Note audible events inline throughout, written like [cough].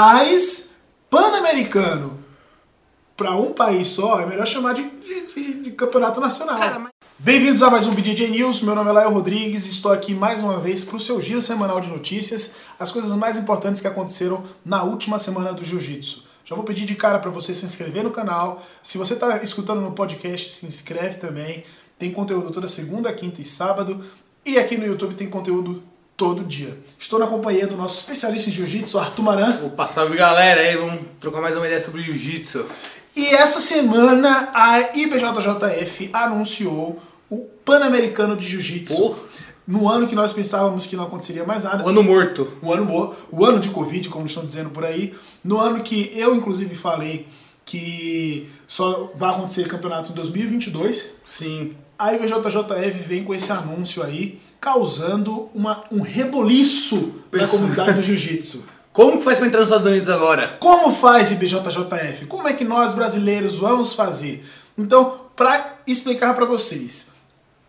Mas pan-americano para um país só é melhor chamar de, de- de- de campeonato nacional. Cara, mas- Bem-vindos a mais um BJJ News. Meu nome é Lael Rodrigues e estou aqui mais uma vez para o seu giro semanal de notícias, as coisas mais importantes que aconteceram na última semana do Jiu-Jitsu. Já vou pedir de cara para você se inscrever no canal. Se você está escutando no podcast, se inscreve também. Tem conteúdo toda segunda, quinta e sábado. E aqui no YouTube tem conteúdo todo dia. Estou na companhia do nosso especialista em Jiu-Jitsu, Arthur Maran. Opa, salve galera aí, vamos trocar mais uma ideia sobre jiu-jitsu. E essa semana a IBJJF anunciou o Pan-Americano de Jiu-Jitsu. Pô. No ano que nós pensávamos que não aconteceria mais nada. O ano morto. O ano bo- o ano de Covid, como estão dizendo por aí. No ano que eu, inclusive, falei que só vai acontecer campeonato em 2022. Sim. A IBJJF vem com esse anúncio aí, causando uma, um reboliço na Pessoal. comunidade do Jiu-Jitsu. Como que faz pra entrar nos Estados Unidos agora? Como faz IBJJF? Como é que nós brasileiros vamos fazer? Então, para explicar para vocês,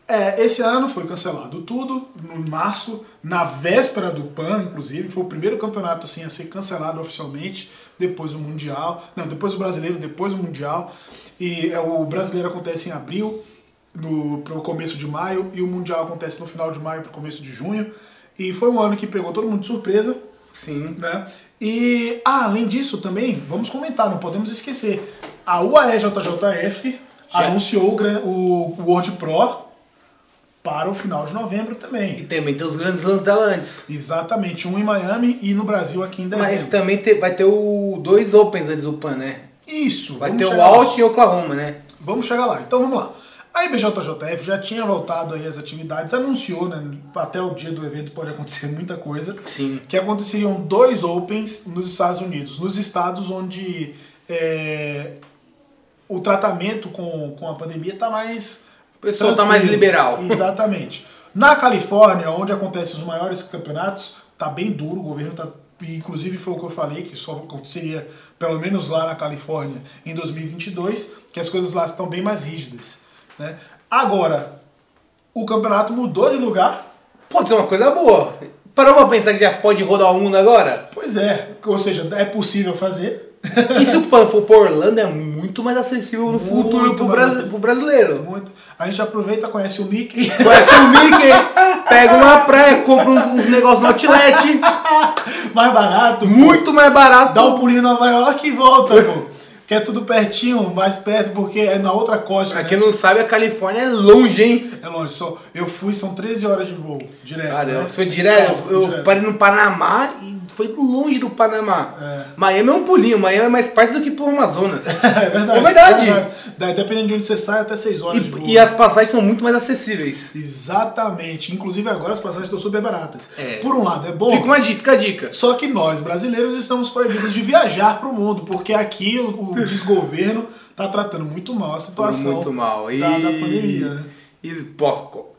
é, esse ano foi cancelado tudo, no março, na véspera do PAN, inclusive, foi o primeiro campeonato assim, a ser cancelado oficialmente, depois o Mundial, não, depois o Brasileiro, depois o Mundial, e é, o Brasileiro acontece em abril, no, pro começo de maio, e o Mundial acontece no final de maio pro começo de junho, e foi um ano que pegou todo mundo de surpresa, Sim. né? E ah, além disso também, vamos comentar, não podemos esquecer. A UAEJJF Já. anunciou o, gran- o World Pro para o final de novembro também. E também tem os grandes lances dela antes. Exatamente, um em Miami e no Brasil aqui em dezembro. Mas tá- também te- vai ter o dois Opens antes do Pan, né? Isso, Vai vamos ter um o chegar lá. Austin e Oklahoma, né? Vamos chegar lá. Então vamos lá. A IBJJF já tinha voltado aí as atividades, anunciou, né? Até o dia do evento pode acontecer muita coisa. Sim. Que aconteceriam dois Opens nos Estados Unidos, nos estados onde é, o tratamento com, com a pandemia está mais. O pessoal tá mais liberal. [laughs] Exatamente. Na Califórnia, onde acontecem os maiores campeonatos, tá bem duro, o governo tá. Inclusive foi o que eu falei, que só aconteceria, pelo menos lá na Califórnia, em 2022, que as coisas lá estão bem mais rígidas. Né? Agora, o campeonato mudou de lugar, Pode ser uma coisa boa. Parou pra pensar que já pode rodar o mundo agora? pois é, ou seja, é possível fazer, E se o Pan for pra Orlando, é muito mais acessível no Muito futuro pro, mais brasi- acessível. pro brasileiro. muito. A gente aproveita, conhece o Mickey. [laughs] Conhece o Mickey, pega uma praia, compra uns, uns negócios no outlet, mais barato. muito mais barato. Dá um pulinho em Nova York e volta, pô. Que é tudo pertinho, mais perto, porque é na outra costa. Pra né? quem não sabe, a Califórnia é longe, hein? É longe, só. Eu fui, são 13 horas de voo, direto. Cara, né? eu fui Seis horas, direto, fui eu direto. parei no Panamá e foi longe do Panamá. É. Miami é um pulinho, Miami é mais perto do que pro Amazonas. [laughs] É verdade. É verdade. Da- Dependendo de onde você sai, até 6 horas de voo. E, e as passagens são muito mais acessíveis. Exatamente. Inclusive agora as passagens estão super baratas. É. Por um lado é bom. Fica uma dica, fica a dica. Só que nós, brasileiros, estamos proibidos de viajar pro mundo, porque aqui o, o [laughs] desgoverno tá tratando muito mal a situação Muito mal. E... da, da Tá, pandemia, né? E, pô,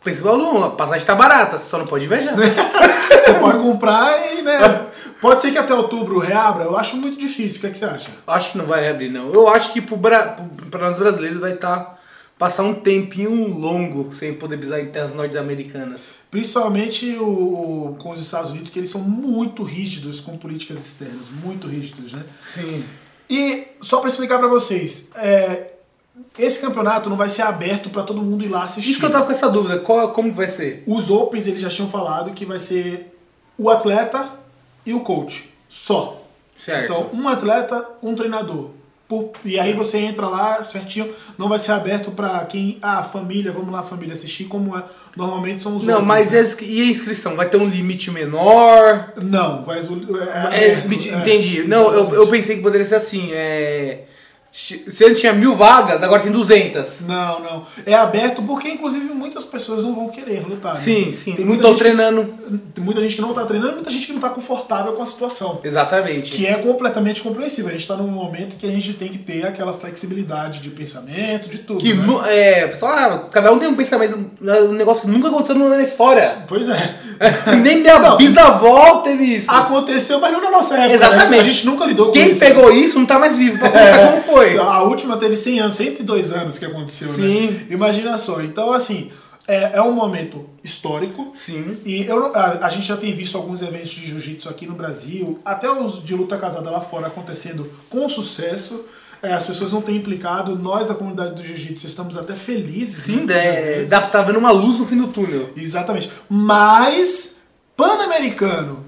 principal não, a passagem tá barata, você só não pode [laughs] viajar. Você pode comprar e, né? Pode ser que até outubro reabra, eu acho muito difícil. O que, é que você acha? Acho que não vai abrir, não. Eu acho que pro Bra... pro- pra nós brasileiros vai estar. passar um tempinho longo sem poder pisar em terras norte-americanas. Principalmente o, o- com os Estados Unidos, que eles são muito rígidos com políticas externas, muito rígidos, né? Sim. E só pra explicar pra vocês, é, esse campeonato não vai ser aberto pra todo mundo ir lá assistir. Isso que eu tava com essa dúvida, qual, como vai ser? Os Opens eles já tinham falado que vai ser o atleta e o coach só. Certo. Então, um atleta, um treinador. Por- E aí você entra lá certinho, não vai ser aberto pra quem. Ah, família, vamos lá, família, assistir, como é- normalmente são os não, Opens, mas né? e as- e a inscrição? Vai ter um limite menor? Não, mas o. É, aberto, medi- é, entendi. não, eu, eu pensei que poderia ser assim. É... se- Se antes tinha mil vagas, agora tem 200. Não, não. É aberto porque, inclusive, muitas pessoas não vão querer lutar. né? Sim, sim. Tem Não muita estão gente, treinando. tem muita gente que não tá treinando, muita gente que não tá confortável com a situação. Exatamente. Que é completamente compreensível. A gente tá num momento que a gente tem que ter aquela flexibilidade de pensamento, de tudo. Que né? nu- é, pessoal, ah, cada um tem um pensamento, um negócio que nunca aconteceu na história. Pois é. [laughs] Nem minha Não. bisavó teve isso. Aconteceu, mas não na nossa época. Exatamente. né? A gente nunca lidou com Quem isso. É. pegou isso não tá mais vivo pra contar [laughs] como foi. A última teve 100 anos, 102 anos que aconteceu, né? Sim. Imagina só. Então, assim, É, é um momento histórico. Sim. E eu não- a, a gente já tem visto alguns eventos de jiu-jitsu aqui no Brasil, até os de luta casada lá fora acontecendo com sucesso. É, as pessoas não têm implicado, nós, a comunidade do jiu-jitsu, estamos até felizes. né, Sim, com os é, eventos. dá, tá vendo uma luz no fim do túnel. Exatamente. Mas, pan-americano,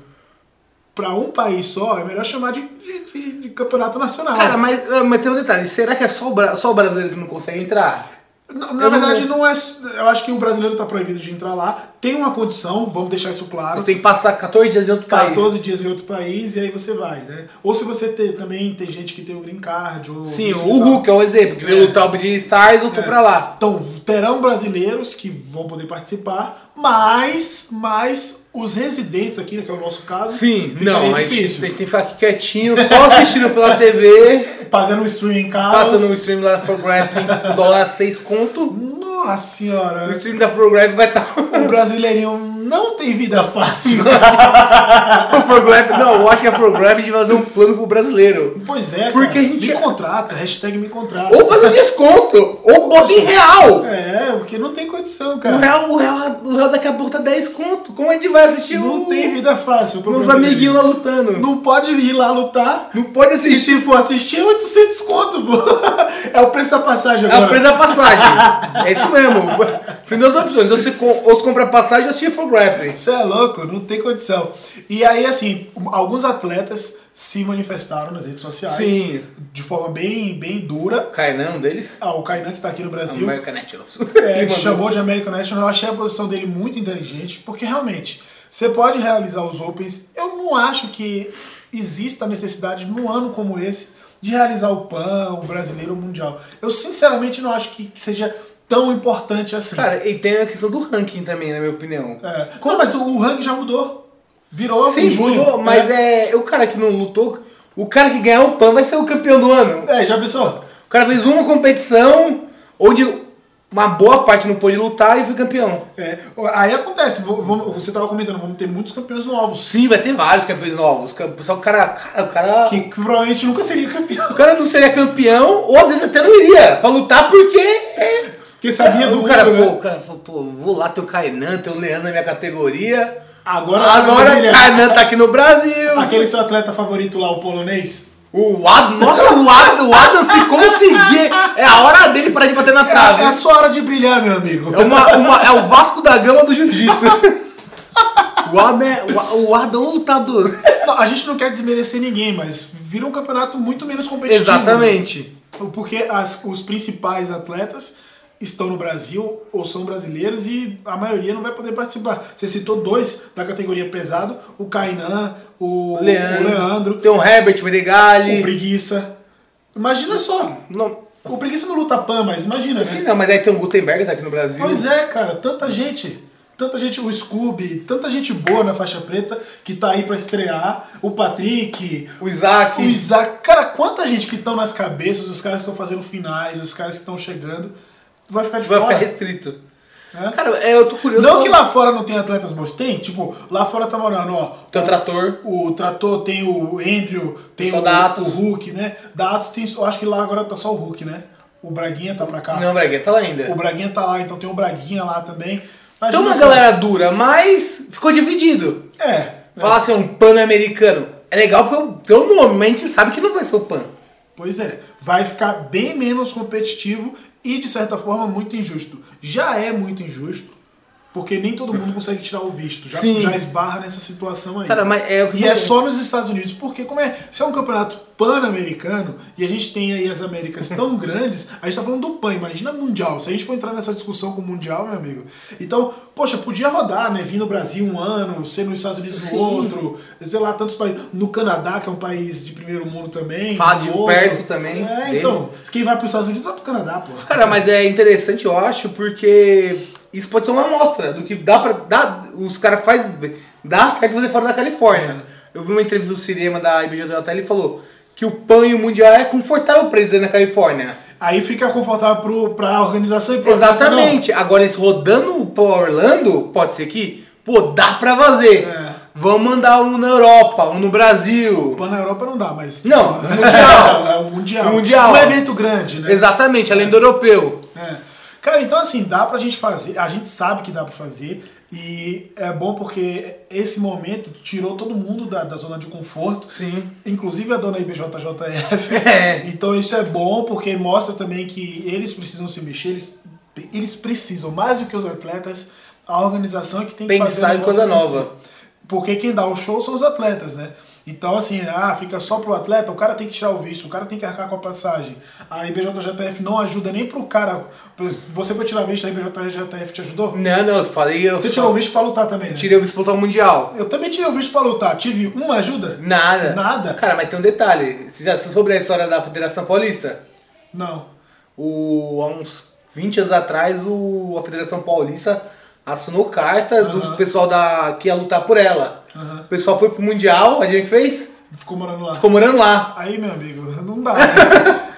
pra um país só, é melhor chamar de, de- de- de campeonato nacional. Cara, mas, é, mas tem um detalhe. Será que é só o, bra- só o brasileiro que não consegue entrar? Na, eu na não- verdade, não é. Eu acho que o brasileiro tá proibido de entrar lá. Tem uma condição, vamos deixar isso claro. Você tem que passar 14 dias em outro país. 14 dias em outro país e aí você vai, né? Ou se você tem, também tem gente que tem o green card. Ou Sim, isso o que tal. Hulk é um exemplo. Que veio lutar o BD Stars, voltou pra lá. Então, terão brasileiros que vão poder participar, mas, mas os residentes aqui, né, que é o nosso caso, Sim, fica não, meio a gente difícil. tem que ficar aqui quietinho, só assistindo [laughs] pela TV, Pagando o streaming em casa. passando o stream lá da Prographic, dólar 6 conto. Nossa O senhora, [laughs] stream da Prographic vai tá- [laughs] estar. o brasileirinho não tem vida [laughs] fácil. Tá... Prographic, não, eu acho que é a Prographic vai fazer um plano pro brasileiro. Pois é, Porque cara, a gente- me contrata, hashtag me contrata. Ou fazer um desconto, ou bota em real. É, porque não tem condição, O cara. real, o real, o real daqui a pouco tá 10 conto. Como a gente vai assistir Não é o- tem vida fácil. pro Nos brasileiro. amiguinhos lá lutando. Não, Não pode ir lá lutar. pode E assistir. se for assistir, é 800 conto, pô. [laughs] É o preço da passagem É o agora. preço da passagem. É isso mesmo. Tem duas opções. Ou você, com- ou você compra passagem ou assiste pro Grappling. Você é louco, não tem condição. E aí, assim, alguns atletas se manifestaram nas redes sociais Sim. de forma bem, bem dura. Kainan, um deles? Ah, o Kainan, que tá aqui no Brasil, American Naturals. É, Ele ele mandou. chamou de American National. Eu achei a posição dele muito inteligente, porque realmente você pode realizar os Opens. Eu não acho que exista necessidade num ano como esse de realizar o PAN, o brasileiro, o mundial. Eu sinceramente não acho que, que seja tão importante assim. Cara, e tem a questão do ranking também, na minha opinião. É. Não, mas o, o ranking já mudou. Virou Sim, em junho, mudou, né? mas é. O cara que não lutou, o cara que ganhar o PAN vai ser o campeão do ano. É, já pensou? O cara fez uma competição onde uma boa parte não pôde lutar e foi campeão. É, Aí acontece, vo- vamo- você tava comentando, vamos ter muitos campeões novos. Sim, vai ter vários campeões novos. Só que o cara. cara, o cara. Que que provavelmente nunca seria campeão. O cara não seria campeão, ou às vezes até não iria pra lutar porque. é- Porque sabia do o cara, mundo, né? pô, o cara falou, pô, vou lá, tem o Kainan, tem o Leandro na minha categoria. Agora, Agora o Brilhante. Kainan tá aqui no Brasil. Aquele seu atleta favorito lá, o polonês? O Adam, nossa, o Adam, o Adam se conseguir, é a hora dele parar de bater É, na é a trave. sua hora de brilhar, meu amigo. É, uma- uma- é o Vasco da Gama do Jiu-Jitsu. [laughs] O Adam é, o- o Adam é um lutador. Não, a gente não quer desmerecer ninguém, mas vira um campeonato muito menos competitivo. Exatamente. Porque as- os principais atletas estão no Brasil ou são brasileiros e a maioria não vai poder participar. Você citou dois da categoria pesado, o Kainan, o o Leandro. Leandro, Tem o Herbert o Medegali. Preguiça. Imagina só, Não, o Preguiça não luta pan, mas imagina, né? assim não, mas aí tem o Gutenberg tá aqui no Brasil. Pois é, cara, tanta gente. Tanta gente, o Scooby, tanta gente boa na faixa preta que tá aí pra estrear. O Patrick, O Isaac. o Isaac. Cara, quanta gente que estão nas cabeças, os caras que estão fazendo finais, os caras que estão chegando. Vai ficar de Vai ficar fora. restrito. né? Cara, é, eu tô curioso. Não que lá fora não tem atletas bons, tem. Tipo, lá fora tá morando, ó. Tem o trator. O Trator tem o Andrew, tem Só o, da Atos. o Hulk, né? Da Atos tem. Eu acho que lá agora tá só o Hulk, né? O Braguinha tá pra cá. Não, Braguinha, tá lá ainda. O Braguinha tá lá, então tem o Braguinha lá também. Imagina Então uma só. galera dura, mas ficou dividido. É. Falar assim, um pan-americano. É legal porque tem um nome, mas a gente sabe que não vai ser o pan. Pois é, vai ficar bem menos competitivo e, de certa forma, muito injusto. Já é muito injusto, porque nem todo mundo consegue tirar o visto. Já, Sim. já esbarra nessa situação aí. Cara, mas é o que E eu- é só nos Estados Unidos, porque como é, se é um campeonato pan-americano e a gente tem aí as [laughs] Américas tão grandes, a gente tá falando do pan, imagina mundial. Se a gente for entrar nessa discussão com o mundial, meu amigo. Então, poxa, podia rodar, né? Vir no Brasil um ano, ser nos Estados Unidos Sim. no outro, sei lá, tantos países. No Canadá, que é um país de primeiro mundo também. Fala de no outro. perto também É, deles. então, quem vai pros Estados Unidos vai pro Canadá, pô. Cara, mas é interessante, eu acho, porque isso pode ser uma amostra do que dá pra. Dá, os caras faz Dá certo fazer fora da Califórnia. É. Eu vi uma entrevista do cinema da IBJJL e ele falou que o pan e o mundial é confortável pra eles aí na Califórnia. Aí fica confortável pro, pra organização e pro Exatamente. Agora, eles rodando pra Orlando, pode ser que, pô, dá pra fazer. É. Vamos mandar um na Europa, um no Brasil. Não, pan na Europa não dá, mas. tipo, Não, mundial. [laughs] é o mundial. Mundial. Um evento grande, né? Exatamente, além do europeu. É. Cara, então assim, dá pra gente fazer, a gente sabe que dá pra fazer, e é bom porque esse momento tirou todo mundo da, da zona de conforto, Sim. inclusive a dona IBJJF. [laughs] É. Então isso é bom porque mostra também que eles precisam se mexer, eles, eles precisam, mais do que os atletas, a organização é que tem que Pensar fazer o em negócio coisa acontecer. nova. Porque quem dá o show são os atletas, né? Então, assim, ah, fica só pro atleta, o cara tem que tirar o visto, o cara tem que arcar com a passagem. A IBJJF não ajuda nem pro cara. Você foi tirar visto, a IBJJF te ajudou? Né, Não, não, eu falei. Eu Você só- tirou o visto pra lutar também, né? Tirei o disputar o Mundial. Eu também tirei o visto pra lutar. Tive uma ajuda? Nada. Nada? Cara, mas tem um detalhe. Você já soube a história da Federação Paulista? Não. O, há uns 20 anos atrás, o, a Federação Paulista assinou carta Aham. dos pessoal da, que ia lutar por ela. Aham. O pessoal foi pro Mundial, a gente fez? Ficou morando lá. Ficou morando lá. Aí, meu amigo, não [laughs] dá. né?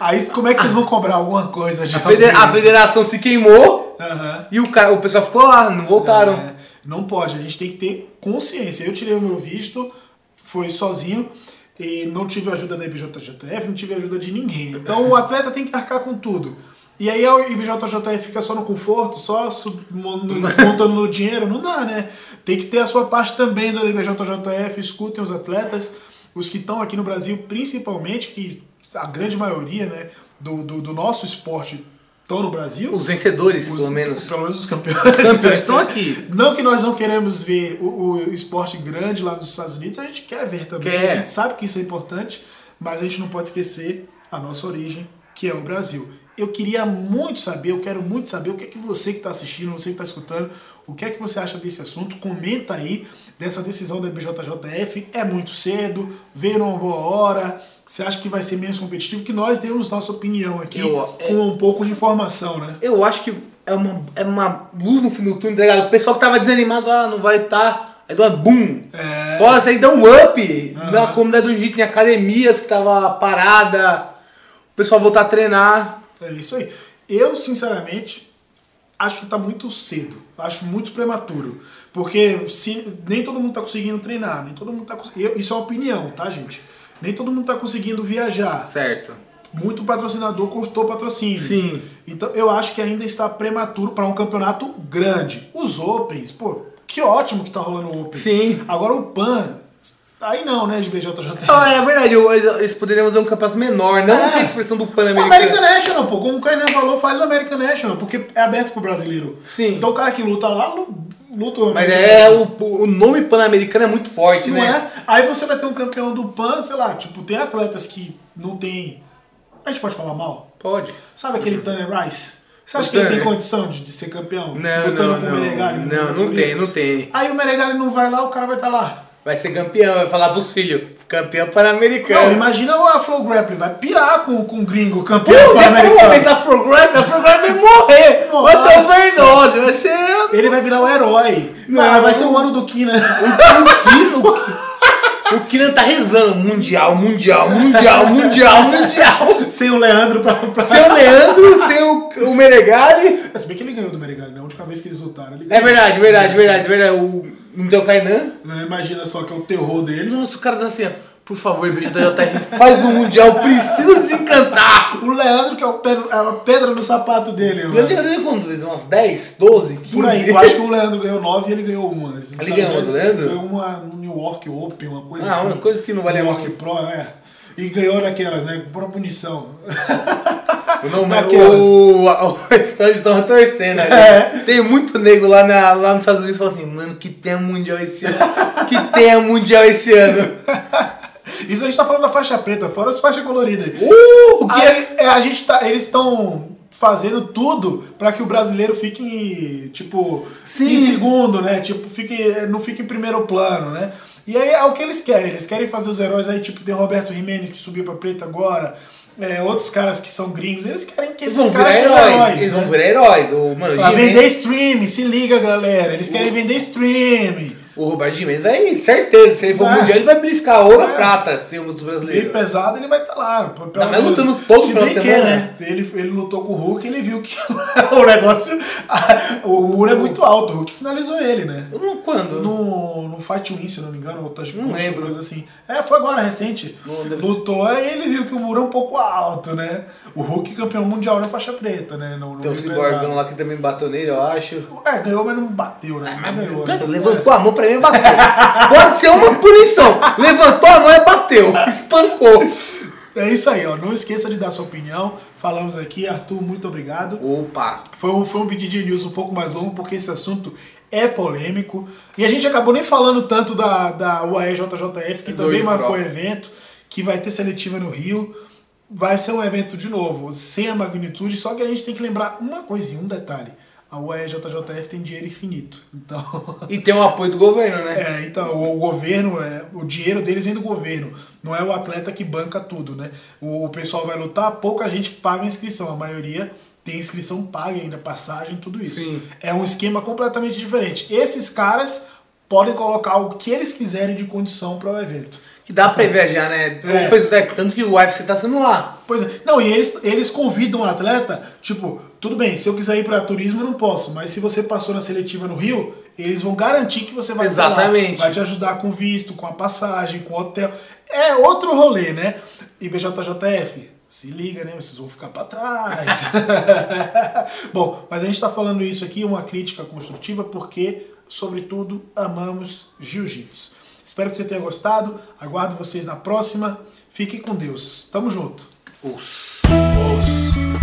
Aí como é que vocês vão cobrar alguma coisa de A, fede- alguém? a federação se queimou Aham. e o, ca- o pessoal ficou lá, não voltaram. É, não pode, a gente tem que ter consciência. Eu tirei o meu visto, foi sozinho, e não tive ajuda da IBJJF, não tive ajuda de ninguém. Então o atleta tem que arcar com tudo. E aí a IBJJF fica só no conforto, só sub- mon- no- montando no dinheiro, não dá, né? Tem que ter a sua parte também da IBJJF, escutem os atletas, os que estão aqui no Brasil, principalmente, que a grande maioria né, do, do, do nosso esporte estão no Brasil. Os vencedores, Os- pelo menos. Pelo menos os campeões. Os campeões [laughs] estão aqui. Não que nós não queremos ver o, o esporte grande lá nos Estados Unidos, a gente quer ver também. Quer. A gente sabe que isso é importante, mas a gente não pode esquecer a nossa origem, que é o Brasil. Eu queria muito saber, eu quero muito saber o que é que você que está assistindo, você que está escutando, o que é que você acha desse assunto. Comenta aí dessa decisão da BJJF. É muito cedo, veio numa boa hora. Você acha que vai ser menos competitivo? Que nós demos nossa opinião aqui Eu- é com um pouco de informação, né? Eu acho que é uma, é uma luz no fim do túnel, tá ligado? O pessoal que tava desanimado, ah, não vai estar. Aí dá uma boom. É. Bora sair, dá um up Aham. na comunidade do jiu-jitsu, em academias que tava parada. O pessoal voltar a treinar. É isso aí. Eu, sinceramente, acho que tá muito cedo. Acho muito prematuro. Porque se, nem todo mundo tá conseguindo treinar, nem todo mundo tá conseguindo. Isso é opinião, tá, gente? Nem todo mundo tá conseguindo viajar. Certo. Muito patrocinador cortou patrocínio. Sim. Então eu acho que ainda está prematuro para um campeonato grande. Os Opens, pô, que ótimo que tá rolando o Open. Sim. Agora o Pan, aí não, né, de BJJF. Ah, é verdade, eu- eles poderiam fazer um campeonato menor, não É. com a expressão do O Pan-Americano. American National, pô. Como o Kainan falou, faz o American National, porque é aberto pro brasileiro. Sim. Então o cara que luta lá, lu- luta o Mas American é, National. o, o nome Pan-Americano é muito forte, Não né? é? Aí você vai ter um campeão do PAN, sei lá, tipo, tem atletas que não tem... A gente pode falar mal? Pode. Sabe aquele Tanner Rice? Você acha Uhum. O que ele tem Tanner. condição de, de ser campeão? Não, Lutando não, com não. o Menegali? no Não, né? não Brasil? tem, não tem. Aí o Menegali não vai lá, o cara vai estar lá. Vai ser campeão, vai falar pros filhos. Campeão Não, pan-americano. imagina a Flow Grappling, vai pirar com, com o gringo, campeão Pô, é uma pan-americano. vez a Frograp, a Frograp vai morrer. Vai ter Nossa. overdose, vai ser... Ele vai virar o herói. Vai, vai ser o ano do né? [laughs] Kina. O, o, Kino- o Kino tá rezando. Mundial, mundial, mundial, mundial, mundial. Sem o Leandro pra. pra... Sem o Leandro, sem o, o Menegali. Se bem que ele ganhou do Meregali, né? A última vez que eles lutaram. Ele É ganhou. verdade, verdade, verdade, verdade. O Mundial Kainan. Né? Imagina só que é o terror dele. Nossa, o cara tá assim, ó. Por favor, [laughs] BJJR, faz o Mundial, preciso desencantar. O Leandro, que é, o pedra, é a pedra no sapato dele. mano. O Leandro ganhou quanto? Umas 10, 12, 15? Por [laughs] aí, eu acho que o Leandro ganhou nove e ele ganhou uma. Eles Ele ganhou ganhando, do Leandro? Ganhou uma no New York Open, uma coisa Ah, assim. uma coisa que não vale a New pena. York Pro, é. E ganhou naquelas, né? Por punição. [laughs] Não, mas Daquelas. o, a- o, eles estão torcendo ali. É. Tem muito nego lá, na, lá nos Estados Unidos que fala assim, mano, que tenha mundial esse ano. Que tenha mundial esse ano. Isso a gente tá falando da faixa preta, fora as faixas coloridas. Uh, o que é? Aí, é, a gente tá, eles estão fazendo tudo pra que o brasileiro fique, tipo, Sim. em segundo, né? Tipo, fique, não fique em primeiro plano, né? E aí é o que eles querem. Eles querem fazer os heróis aí, tipo, tem o Roberto Jimenez que subiu pra preta agora, é, outros caras que são gringos. Eles querem que Eles esses vão caras virar sejam heróis. heróis. eles né? vão virar heróis. O, mano, Pra Jimenez- vender stream, se liga, galera. Eles querem vender stream. O Roberto de Mendes vai, certeza, se ele for É. mundial, ele vai briscar ouro É. ou prata, tem um dos Meio brasileiros. pesado, ele vai estar lá. Pelo Tá, mas menos- lutando todo se final bem de que, semana, né? Ele, ele lutou com o Hulk, ele viu que [laughs] o negócio. o muro é muito alto. O Hulk finalizou ele, né? Eu não, quando? No, no Fight Win, se eu não me engano, ou Touch Não Punch, lembro. coisa assim. É, foi agora, recente. Não, deve- Lutou aí ele viu que o muro é um pouco alto, né? O Hulk campeão mundial na faixa preta, né? No, no Tem um peso ciborgão lá que também bateu nele, eu acho. pesado. É, ganhou, mas não bateu, Ah, né? Não ganhou, né? Cara, levantou a mão pra mim e bateu. Pode ser uma punição. Levantou a mão e bateu. [laughs] Espancou. É isso aí, ó. Não esqueça de dar sua opinião. Falamos aqui. Arthur, muito obrigado. Opa. Foi um, foi um BDD News um pouco mais longo, porque esse assunto é polêmico. E a gente acabou nem falando tanto da, da UAEJJF, que também É doido, marcou o próprio. evento, que vai ter seletiva no Rio. Vai ser um evento de novo, sem a magnitude, só que a gente tem que lembrar uma coisinha, um detalhe. A UAEJJF tem dinheiro infinito. Então. [laughs] E tem o apoio do governo, né? É, então, o, o governo, é, o dinheiro deles vem do governo, não é o atleta que banca tudo, né? O, o pessoal vai lutar, pouca gente paga a inscrição, a maioria tem inscrição paga ainda, passagem, tudo isso. Sim. É um esquema completamente diferente. Esses caras podem colocar o que eles quiserem de condição para o evento. Que dá pra invejar, né? É. O peso da- Tanto que o UFC tá sendo lá. Pois é. Não, e eles, eles convidam o atleta, tipo, tudo bem, se eu quiser ir pra turismo eu não posso, mas se você passou na seletiva no Rio, eles vão garantir que você vai pra lá. Exatamente. Vai te ajudar com visto, com a passagem, com o hotel. É outro rolê, né? E BJJF, se liga, né? Vocês vão ficar pra trás. [laughs] Bom, mas a gente tá falando isso aqui, uma crítica construtiva, porque, sobretudo, amamos jiu-jitsu. Espero que você tenha gostado. Aguardo vocês na próxima. Fique com Deus. Tamo junto. Os. Os.